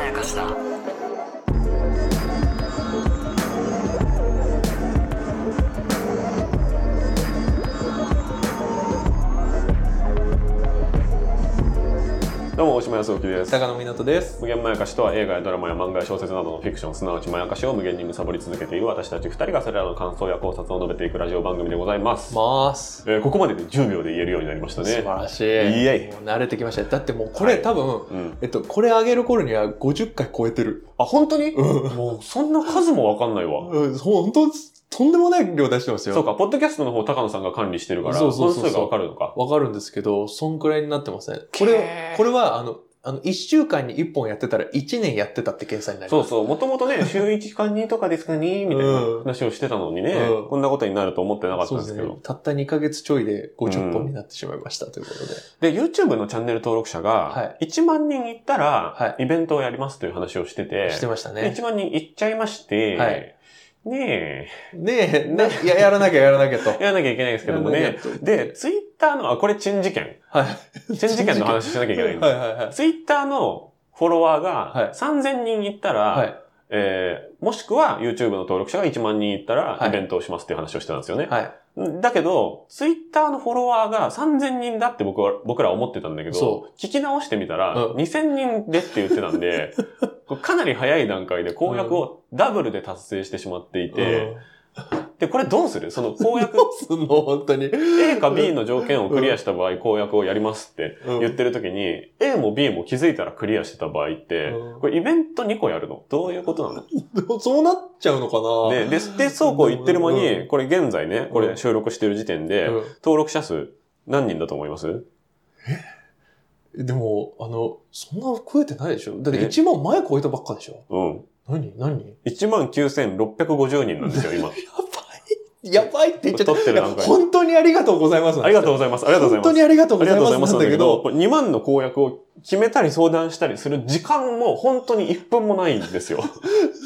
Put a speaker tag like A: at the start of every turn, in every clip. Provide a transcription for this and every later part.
A: やかしだ
B: どうも大島康之です
C: 高野湊です。
B: 無限まやかしとは映画やドラマや漫画や小説などのフィクションすなわちまやかしを無限に貪り続けている私たち2人がそれらの感想や考察を述べていくラジオ番組でございます、
C: ます。
B: えーここまでで10秒で言えるようになりました
C: 素晴
B: ね
C: らしい。
B: いえい
C: もう慣れてきました。だってもうこれ、
B: はい
C: 多分、
B: うん
C: えっと、これ上げる頃には50回超えてる。
B: あ本当に
C: うん。
B: もうそんな数もわかんないわ
C: うん、ほんと、とんでもない量出してますよ。
B: そうかポッドキャストの方高野さんが管理してるから
C: そう
B: 本
C: そうそうそう
B: 数がわかるのか
C: わかるんですけど、そんくらいになってません。こ
B: へ
C: れ
B: ー、
C: これは、あの、あの、1週間に1本やってたら1年やってたって計算になり
B: そ
C: ま
B: う
C: す。
B: そうもともと ね週1か2とかですかねみたいな話をしてたのにね、
C: うん
B: こんなことになると思ってなかったんです
C: で
B: け
C: す
B: ど
C: ね。たった2ヶ月ちょいで50
B: うん
C: 本になってしまいました、ということで。
B: で、YouTube のチャンネル登録者が
C: は、
B: 1万人いったら、
C: は
B: イベントをやりますという話をしてて、
C: してました
B: で
C: ね。
B: 1万人いっちゃいまして、
C: はい
B: ね
C: ねえ、ないや、やらなきゃやらなきゃと。
B: え、 やらなきゃいけないですけども
C: やらな
B: ね
C: きゃと。
B: で、Twitter の、あ、これチェン事件。
C: はい。
B: チェン事件の話しなきゃいけない ん
C: は
B: で
C: いはいはい
B: す。。Twitter のフォロワー
C: はい
B: が3000人いったら、
C: はい。
B: えーもしくは YouTube の登録者が1万人いったら
C: は、い
B: イベントをしますっていう話をしてたんですよね。
C: はい。
B: だけど、ツイッターのフォロワーが3000人だって僕は、僕ら思ってたんだけど
C: そ、
B: 聞き直してみたら、
C: うん
B: 2000人でって言ってたん で、これかなり早い段階で公約をダブルで達成してしまっていて、で、これどうするその公約、
C: すんの、本当に。
B: A か B の条件をクリアした場合、公約をやりますって
C: うん
B: 言ってる時に、A も B も気づいたらクリアしてた場合って
C: う、ん
B: これイベント2個やるのどういうことなの
C: でもそうなっちゃうのかな
B: ね、で、で、そうこう言ってる間
C: う
B: に、
C: ん
B: これ現在ね、これ収録してる時点で、登録者数何人だと思います
C: うんでも、あの、そんな増えてないでしょだって
B: え
C: 1万前超えたばっかでしょ
B: うん。
C: 何何
B: 19,650人なんですよ、 今。
C: やばいやばいって言っちゃった。
B: 撮ってる段階
C: いや本当にありがとうございます。
B: ありがとう
C: う
B: ございます。ありがとうござい
C: 本当
B: ます。
C: にありがとう
B: あ
C: ご
B: り
C: ざ
B: が
C: い
B: とう
C: ま
B: ご
C: す
B: ざいますなん
C: なんだ
B: だ
C: け
B: け
C: ど
B: ど、、これ2万の公約を決めたり相談したりする時間も本当に1分もないんです よ。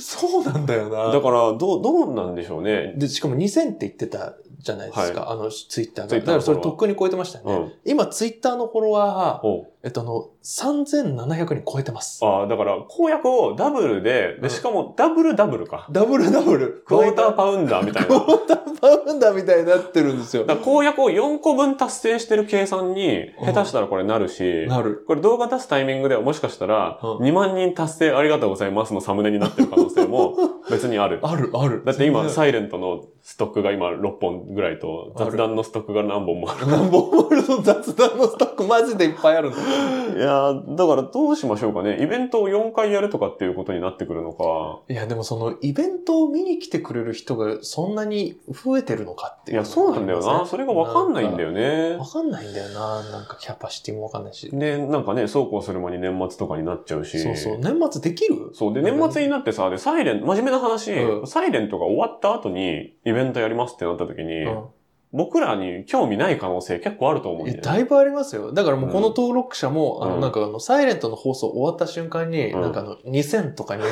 C: そうなんだよ
B: だ
C: な。
B: から、どう、どうなんでしょうね。
C: で、しかも2000って言ってたじゃないですか。あの、ツイッターが。だ
B: Twitter
C: か
B: の
C: らそれとっくに超えてましたよ
B: う
C: ね。
B: ん。
C: 今、ツイッターのフォロワーが、
B: お
C: えっと、あの、3700人超えてます。
B: ああ、だから、公約をダブルで、
C: う
B: で、
C: ん
B: しかもダブルダブルか。
C: ダブルダブル。
B: クォーターパウンダー みたいな。だか
C: パウンダーみたいになってるんですよ。
B: ら公約を4個分達成してる計算に、下手したらこれなるし、
C: なる。
B: これ動画出すタイミングではもしかしたら、
C: う
B: 2
C: ん
B: 万人達成ありがとうございますのサムネになってる可能性も別にあ る。
C: ある、ある。
B: だって今、
C: 全然
B: サイレントのストックが今6本ぐらいと、
C: ある
B: 雑談のストックが何本もある。
C: 何本もあるの雑談のストックマジでいっぱいあるの。
B: いやーだからどうしましょうかね。イベントを4回やるとかっていうことになってくるのか。
C: いや、でもその、イベントを見に来てくれる人がそんなに増えてるのかって
B: い
C: いう。
B: や、そうなんだよな。それがわかんないんだ
C: よ。
B: よね
C: わ。かんないんだよな。なんかキャパシティもわかんないし。
B: で、なんかね、そうこうする間に年末とかになっちゃうし。
C: そうそう。年末できる
B: そう。で、年末になってさ、で、サイレン、真面目な話、
C: うん
B: サイレントが終わった後にイベントやりますってなった時に、
C: うん
B: 僕らに興味ない可能性結構あると思うん
C: え
B: だよね
C: だいぶありますよ。だからもうこの
B: うん
C: 登録者も、あ
B: うん
C: の、なんかあの、サイレントの放送終わった瞬間に、
B: うん
C: なんかあの、2000とかに、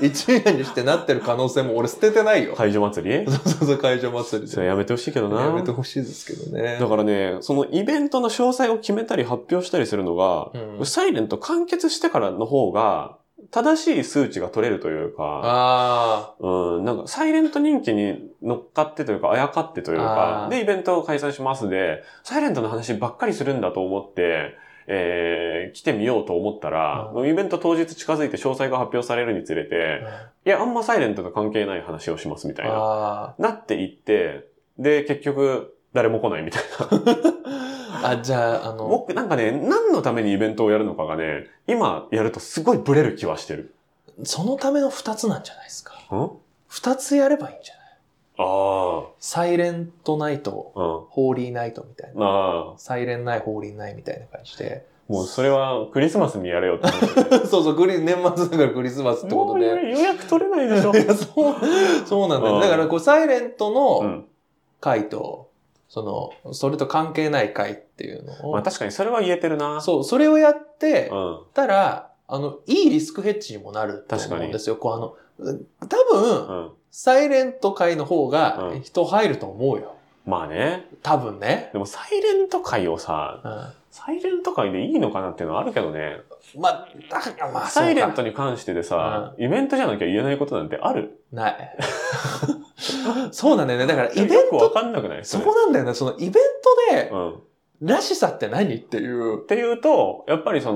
C: 1位にしてなってる可能性も俺捨てて ないよ。
B: 会場祭り
C: そうそうそう、会場祭り
B: そ
C: で。
B: れやめてほしいけどな。
C: やめてほしいですけどね。
B: だからね、そのイベントの詳細を決めたり発表したりするのが、
C: うん
B: サイレント完結してからの方が、正しい数値が取れるというか、
C: あ
B: うん、なんか、サイレント人気に乗っかってというか、あやかってというか
C: あ、ー
B: で、イベントを開催しますで、サイレントの話ばっかりするんだと思って、えー来てみようと思ったら、
C: う
B: イベント当日近づいて詳細が発表されるにつれ
C: あ。
B: て、いや、あんまサイレントと関係ない話をしますみたいな。
C: あ
B: なっていって、で、結局、誰も来ないみたいな。
C: あ。あ、じゃあ、あの、
B: 僕、なんかね、何のためにイベントをやるのかがね、今やるとすごいブレる気はしてる。
C: そのための二つなんじゃないですか。
B: んあ
C: 二つやればいいんじゃない
B: あ、
C: サイレントナイト、
B: うん。
C: ホーリーナイトみたいな。
B: ああ、
C: サイレンナイ、ホーリーナイみたいな感じで。
B: もうそれはクリスマスにやれよって思って。
C: そうそう、グリ年末だからクリス マスってこと
B: もう
C: で。
B: 予約取れないでしょ。
C: いや、そう、そうなんだ
B: うん
C: よ。だから、こう、サイレント
B: う
C: の
B: ん。
C: 回と、その、それと関係ない回っていうのを、
B: まあ確かにそれは言えてるな。
C: そう、それをやって
B: うん。
C: たら、あの、いいリスクヘッジにもなると思うんですよ。こう、あの、うん多
B: う
C: 分、
B: ん。
C: サイレント回の方が
B: うん
C: 人入ると思うよ。
B: まあね。
C: 多分ね。
B: でもサイレント界をさ、
C: うん
B: サイレント界でいいのかなっていうのはあるけどね。
C: まあ、だからまあ、
B: サイレン
C: そ
B: ト
C: う
B: に関してでさ、イベントじゃなきゃ言えないことなんてある
C: かない。 そうなんだよね。だから、イベン
B: よくわ
C: ト、
B: かんなくない
C: そ
B: れ
C: こなんだよね。そのイベントで、
B: うん。っ
C: らしさって何っていう。
B: ていうと、やっぱりそ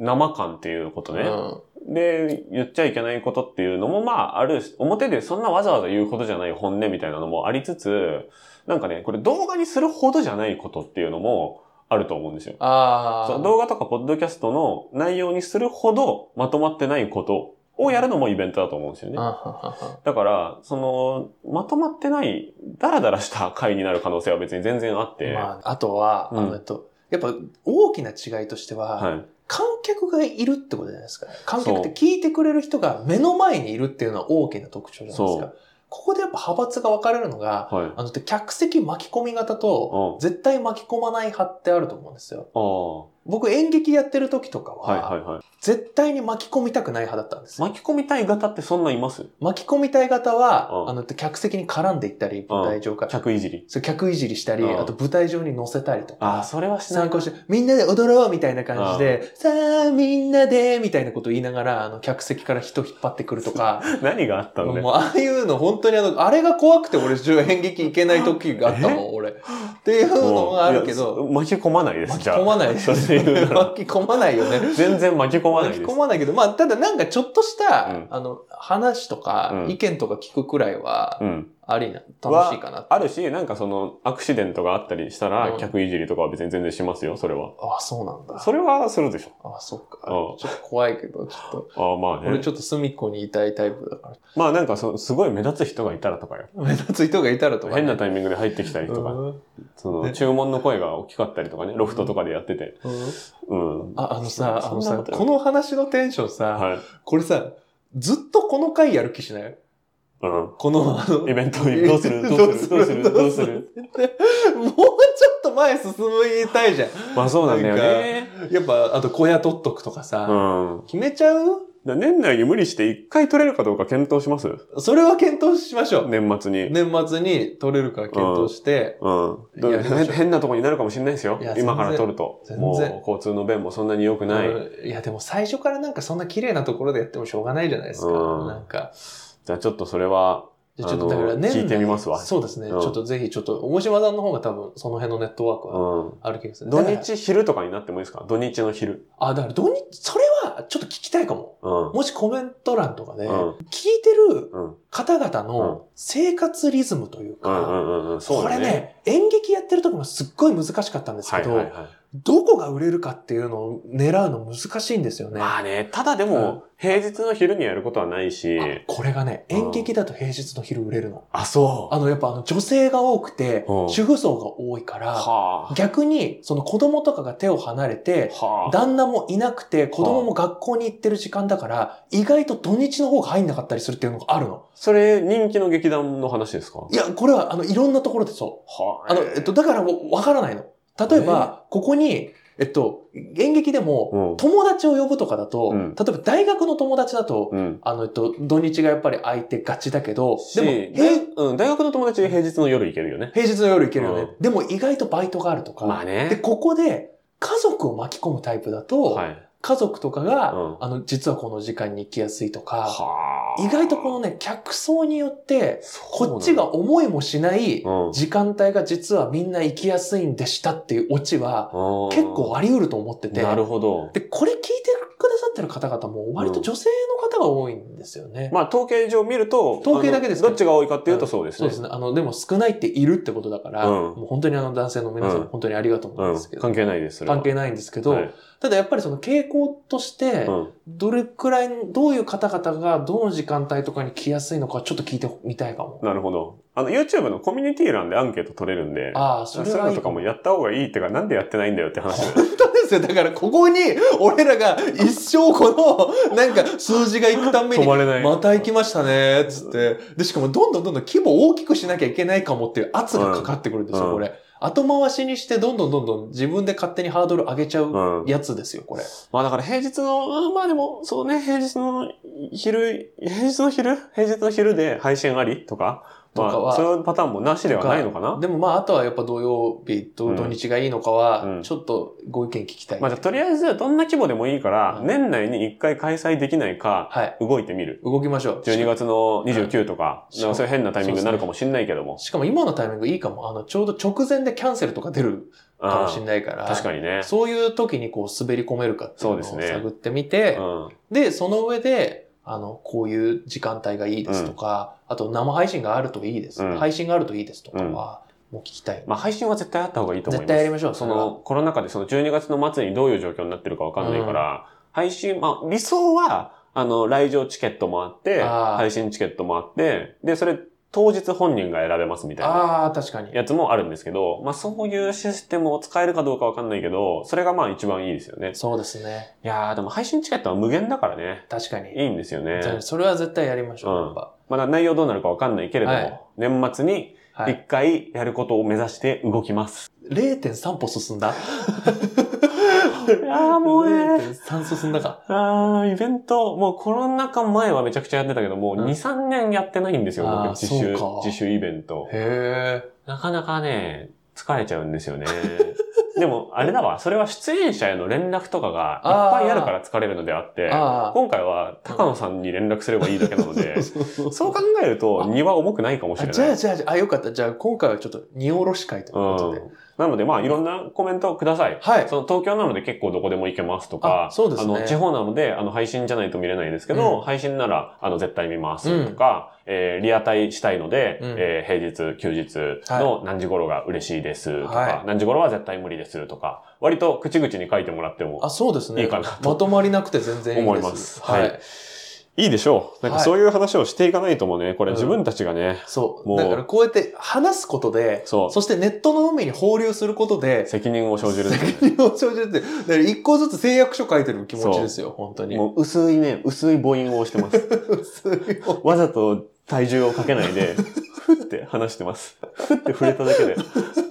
B: の、生感っていうことね。
C: うん
B: で、言っちゃいけないことっていうのも、まあ、あるし、表でそんなわざわざ言うことじゃない本音みたいなのもありつつ、なんかね、これ動画にするほどじゃないことっていうのもあると思うんですよ。
C: あ
B: そ
C: あ。
B: う動画とかポッドキャストの内容にするほどまとまってないことをやるのもイベントだと思うんですよね
C: あ。はは
B: だから、その、まとまってない、ダラダラした回になる可能性は別に全然あって、
C: まあ、あとは、
B: うん
C: あのえっと、やっぱ大きな違いとしては、
B: はい。
C: 観客がいるってことじゃないですか。観客っ
B: そ
C: て
B: う
C: 聞いてくれる人が目の前にいるっていうのは大きな特徴じゃないです
B: そ
C: か。ここでやっぱ派閥が分かれるのが、
B: はい。
C: あの、で客席巻き込み型と、
B: うん
C: 絶対巻き込まない派ってあると思うんですよ。
B: ああ、は
C: 僕演劇やってる時とかは、
B: いはいはい。
C: 絶対に巻き込みたくない派だったんですよ。
B: 巻き込みたい方ってそんないます
C: 巻き込みたい方は、
B: うん
C: あの、で客席に絡んでいったり、舞台上から。
B: 客いじり。
C: そう客いじりしたり、
B: うん
C: あと舞台上に乗せたりとか。
B: ああ、それはしない
C: 参考して、みんなで踊ろうみたいな感じで、さあみんなでみたいなことを言いながら、あの、客席から人引っ張ってくる とか、
B: 何があったのね。
C: もうああいうの本当にあの、あれが怖くて俺中演劇行けない時があったの、俺。っていうのがあるけど、
B: もういや巻き込まないです、
C: 巻
B: じ
C: き
B: ゃ
C: 込
B: あ。
C: まない。
B: そういうの
C: 巻き込まないよね。
B: 全然巻き込まないで
C: 巻き込
B: す。
C: まないけど、まあ、ただなんかちょっとした、
B: うん
C: あの、話とか
B: う、ん
C: 意見とか聞くくらいは
B: う、ん。
C: ありな、楽しいかな。
B: あるし、なんかその、アクシデントがあったりした
C: う
B: ら
C: ん、
B: 客いじりとかは別に全然しますよ、それは。
C: ああ、そうなんだ。
B: それはするでしょ。
C: ああ、そっか。
B: うん
C: ちょっと怖いけど、ちょっと。
B: ああ、まあ
C: 俺
B: ね
C: ち。ょっと隅っこにいたいタイプだから。
B: まあなんかそ、すごい目立つ人がいたらとかよ。
C: 目立つ人がいたらと かね、
B: 変なタイミングで入ってきたりとか、その、注文の声が大きかったりとかね、ロフトとかでやってて。
C: うんうん
B: うん。
C: あ、あのさ、あ
B: そ
C: の
B: んな
C: さ、
B: ことよ
C: この話のテンションさ、
B: はい。
C: これさ、ずっとこの回やる気しない
B: うん。
C: この、あの、
B: イベントどうするどうするどうするどうする
C: もうちょっと前進みたいじゃん。
B: まあそうなんだよね。
C: やっぱ、あと小屋取っとくとか
B: う
C: さ、
B: ん。
C: 決めちゃう
B: だから年内に無理して一回取れるかどうか検討します
C: それは検討しましょう。
B: 年末に。
C: 年末に取れるから検討して、
B: うん。
C: いや
B: 変変なとこになるかもしれないですよ
C: いや。
B: 今から取ると
C: 全。然
B: もう交通の便もそんなに良くない。
C: うんいや、でも最初からなんかそんな綺麗なところでやってもしょうがないじゃないですか。
B: うん
C: なんか。
B: じゃあちょっとそれは、
C: じ
B: あ
C: ゃあちょっと
B: の
C: だから、年内
B: 聞いてみますわ。
C: そうですね。
B: うん
C: ちょっとぜひ、ちょっと、大島さんの方が多分、その辺のネットワークは
B: う
C: ある気がす
B: ん。
C: る。
B: 土
C: だから
B: 日昼とかになってもいいですか土日の昼。
C: あ、だから土日、それはちょっと聞きたいかも。
B: うん。
C: もしコメント欄とかで、
B: うん
C: 聞いてる
B: うん。
C: 方々の生活リズムという
B: う
C: か、
B: んうんうんうん。そう
C: こ
B: だ
C: れ。ね、演劇やってる時もすっごい難しかったんです
B: は
C: け
B: い
C: ど、
B: はいはい。
C: どこが売れるかっていうのを狙うの難しいんですよね。
B: まあね、ただでも、平日の昼にやることはないし、
C: あこれがね、演劇だと平日の昼売れるの。
B: あ、そ
C: あの、やっぱあの女性が多くて
B: う、ん
C: 主婦層が多いか
B: う。
C: ら、
B: は
C: 逆に、その子供とかが手を離れて
B: あ。、はあ。
C: 旦那もいなくて、子供も学校に行ってる時間だから、意外と土日の方が入んなかったりするっていうのがあるの。
B: それ、人気の劇団の話ですかはい
C: や、これは、あの、いろんなところでそう。
B: あ
C: あの、えっと、、だからもうわからないの。例えば、ここに、えっと、演劇で
B: う
C: も
B: ん、
C: 友達を呼ぶとかだと、
B: うん
C: 例えば大学の友達だと、
B: うん。
C: あの、えっと、土日がやっぱり空いてがちだけど、でも、
B: し
C: 平
B: うん、大学の友達平日の夜行けるよね。
C: 平日の夜行けるよね。
B: うん
C: でも意外とバイトがあるとか、
B: まあね。
C: で、ここで、家族を巻き込むタイプだと、
B: はい。
C: 家族とかが、
B: うん
C: あの、実はこの時間に行きやすいとか、
B: はあ
C: 意外とこのね、客層によって、
B: そうな
C: こ
B: の
C: っちが思いもしない
B: うん
C: 時間帯が実はみんな行きやすいんでしたっていうオチは、
B: うん
C: 結構あり得ると思ってて。
B: なるほど。
C: で、これ聞いてくださってる方々も割と女性の方が多いんですよね。
B: まあ、統計上見ると、
C: 統計だけです
B: あ
C: けど
B: のどっちが多いかっていうとそうです
C: そう
B: ね。
C: ですね。あの、でも少ないっているってことだから、
B: うん
C: もう本当にあの男性の皆さ
B: うん
C: ん本当にありがとうなんですけ
B: うん。
C: ど、
B: 関係ないです。それは
C: 関係ないんですけど、
B: はい
C: ただやっぱりその傾向として、
B: うん
C: どれくらい、どういう方々がどの時間帯とかに来やすいのかちょっと聞いてみたいかも。
B: なるほど。あの、YouTube のコミュニティ欄でアンケート取れるんで、
C: ああ、
B: そ
C: そうれ
B: いう
C: は
B: の
C: いい
B: と
C: か
B: か
C: も
B: も。やった方がいいってか、なんでやってないんだよって話だよ。
C: 本当ですよ。だから、ここに、俺らが一生この、なんか、数字がいくたんび
B: 止
C: に、
B: まれない。
C: また行きましたね、つって。で、しかも、どんどんどんどん規模を大きくしなきゃいけないかもっていう圧がかかってくるんです
B: う
C: よ、
B: ん
C: これ。後回しにして、どんどんどんどん自分で勝手にハードル上げちゃう
B: うん。
C: やつですよ、これ。
B: まあだから平日の、うんまあでも、そうね、平日の昼、平日の昼平日の昼で配信ありとか、
C: とか
B: まあ、
C: は
B: そういうパターンもなしではないのかな
C: でもまあ、あとはやっぱ土曜日と土日がいいのか
B: うん
C: は、ちょっとご意見聞きたい。
B: まあ、じゃあとりあえず、どんな規模でもいいから、
C: うん
B: 年内に一回開催できないか、
C: はい。
B: 動いてみる。
C: 動きましょう。
B: 12月の29とか、
C: うん
B: なんかそういう変なタイミングになるかもしれないけども。
C: しかも今のタイミングいいかも。あの、ちょうど直前でキャンセルとか出るかもしれないから。
B: 確かにね。
C: そういう時にこう滑り込めるかっていうのを
B: そうですね
C: 探ってみて、
B: うん。
C: で、その上で、あの、こういう時間帯がいいですとか、あと生配信があるといいです、
B: うん
C: 配信があるといいですとかは、もう聞きたい。
B: まあ、配信は絶対あった方がいいと思います。
C: 絶対やりましょう。
B: そ
C: れは
B: の、コロナ禍でその12月の末にどういう状況になってるかわかんないから、配信、まあ、理想は、あの、来場チケットもあって、
C: あー
B: 配信チケットもあって、で、それ、当日本人が選べますみたいな
C: ああ、確かに。
B: やつもあるんですけど、まあ、そういうシステムを使えるかどうかわかんないけど、それがまあ一番いいですよね。
C: そうですね。
B: いやー、でも配信チケットは無限だからね。
C: 確かに。
B: いいんですよね。
C: じゃあそれは絶対やりましょう、
B: うん
C: やっぱ。
B: まだ内容どうなるかわかんないけれども、
C: はい
B: 年末に
C: は
B: 一
C: い。
B: 回やることを目指して動きます。
C: 0.3歩進んだ。
B: ああ、もうね。
C: 0.3進んだか。
B: ああ、イベント、もうコロナ禍前はめちゃくちゃやってたけど、もう2、
C: うん
B: 3年やってないんですよ、
C: あー
B: 僕自主
C: そう、か
B: 自主イベント。
C: へえ。
B: なかなかね、疲れちゃうんですよね。 でも、あれだわ、それは出演者への連絡とかがいっぱいあるから疲れるのであって、
C: あ
B: 今回は高野さんに連絡すればいいだけなので
C: あ。、 そう
B: そう考えると荷は重くないかもし
C: あ
B: れない。
C: じゃあじゃあじゃあ、あ、よかった。じゃあ今回はちょっと荷下ろし会ということで。
B: うんなので、まあ、いろんなコメントをください。
C: はい。
B: その東京なので結構どこでも行けますとか、
C: あそうですね
B: あの地方なので、あの配信じゃないと見れないですけど、
C: うん
B: 配信ならあの絶対見ますとか、えーリアタイしたいので、
C: うん
B: えー平日、休日の何時頃が嬉しいですとか、
C: はい
B: 何時頃は絶対無理ですとか、割と口々に書いてもらって
C: あ、
B: も
C: そうですね。
B: いいかなと
C: まとまりなくて全然いいです。
B: 思います
C: はい。
B: はいいいでしょう。なんか
C: はい
B: そういう話をしていかないともね、これ
C: うん
B: 自分たちがね、
C: そう。
B: もう
C: だからこうやって話すことで、
B: そう
C: そしてネットの海に放流することで、
B: 責任を生じるんですよね
C: 責任を生じるって、だから一個ずつ誓約書書いてる気持ちですよ、本当に。
B: もう薄いね、薄い母音を押してます。
C: 薄いよ
B: わざと体重をかけないで、ふって話してます。ふって触れただけで、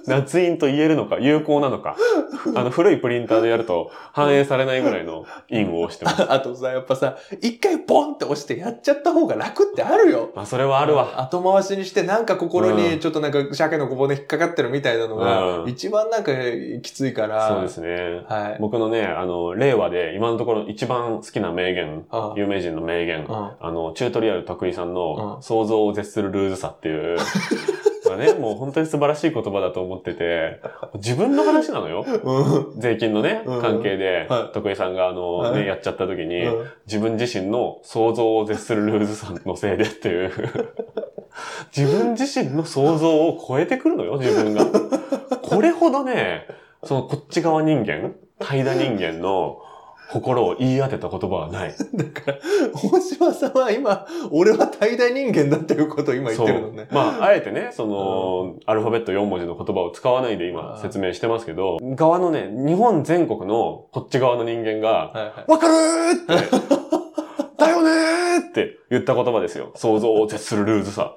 B: 夏印と言えるのか、有効なのか、ふあの古いプリンターでやると反映されないぐらいの印を押してます。
C: あとさ、やっぱさ、一回ボンって押してやっちゃった方が楽ってあるよ。
B: まあそれはあるわ。
C: 後回しにして、なんか心
B: うん
C: にちょっとなんか鮭の小骨引っかかってるみたいなのが
B: う、ん
C: 一番なんかきついから。
B: そうですね。
C: はい。
B: 僕のね、あの、令和で今のところ一番好きな名言、
C: あ
B: 有名人の名言、
C: うん
B: あの、チュートリアル得意さん
C: う
B: の
C: ん
B: 想像を絶するルーズさっていう、まあね、もう本当に素晴らしい言葉だと思ってて、自分の話なのよ。
C: うん。
B: 税金のね、
C: うん
B: 関係で
C: は、
B: 徳井さんがあの、
C: は
B: ね、
C: い
B: やっちゃった時に、
C: うん
B: 自分自身の想像を絶するルーズさんのせいでっていう。 自分自身の想像を超えてくるのよ、自分が。これほどね、そのこっち側人間、怠惰人間の心を言い当てた言葉はない。
C: 大島さんは今、俺は怠惰人間だっていうことを今言ってるのね。
B: そうまあ、あえてね、その、アルファベット4文字の言葉を使わないで今
C: あー
B: 説明してますけど、側のね、日本全国のこっち側の人間が、
C: はいはい。
B: わかるーって。だよねーって言った言葉ですよ。想像を絶するルーズさ。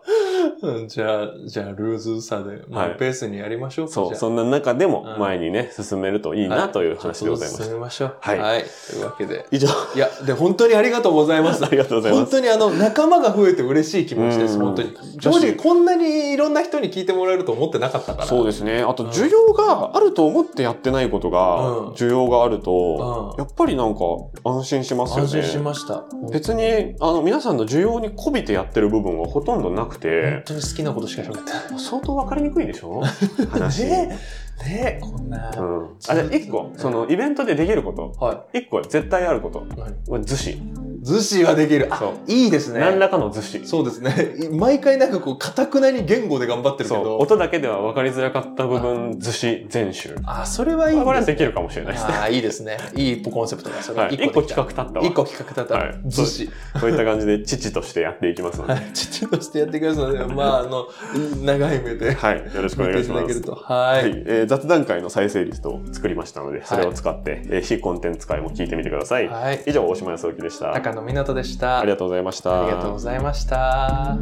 C: うんじゃあ、じゃあ、ルーズさで、まあ
B: はい
C: ペースにやりましょうか。
B: そう、
C: じゃあ
B: そんな中でも
C: うん
B: 前にね、進めるといいなという話でございまし
C: ちょっと
B: た。
C: 進めましょう。
B: はい
C: というわけで。
B: 以上、
C: いや、で、本当にありがとうございます
B: あ。りがとうございま
C: 本
B: す。
C: 当にあの、仲間が増えて嬉しい気持ちです、
B: うん
C: 本当に。正直、こんなにいろんな人に聞いてもらえると思ってなかったから。
B: そう
C: う
B: ですね。あと、
C: うん
B: 需要があると思ってやってないこと
C: うん
B: が、需要があると
C: う、ん
B: やっぱりなんか安心しますよ
C: 安心し
B: ね。
C: ました。本
B: 別に、あの、皆さんの需要にこびてやってる部分はほとんどなくて、
C: 当に好きなことしかしなかった。
B: 相当わかりにくいでし ょ話。
C: ねえ、ねえ、こんな。
B: うん。あ、れ一個、その、イベントでできること。
C: は
B: 一個絶対あること。
C: い。何
B: 図紙。
C: 寿司はできる。あ、
B: そう。
C: いいですね。
B: 何らかの図紙。
C: そうですね。 毎回なんかこう、かたくなに言語で頑張ってるけ
B: そう。
C: ど。
B: 音だけでは分かりづらかった部分、図紙全集。
C: あ、それはいい
B: これは
C: です
B: で
C: ね。
B: きるかもしれないですね。
C: あーいいですね。いい一歩コンセプトだ。それ
B: はい。一個
C: でき
B: 企
C: た
B: 画立った
C: 一
B: わ。
C: 個企画立
B: はい
C: った。寿司。
B: こういった感じで、父としてやっていきますので。
C: はい。ちょっとしてやってくださ いね。まあ、あの、長い目で。
B: はい。よろしくお
C: 見
B: 願い
C: てい
B: したま
C: だける
B: す。
C: と。は。
B: はいい、えー雑談会の再生リストを作りましたので、それを使って、えー非コンテンツ会も聞いてみてください。
C: はい。
B: 以上、大島康之でした。
C: 高野湊斗でした。
B: ありがとうございました。
C: ありがとうございました。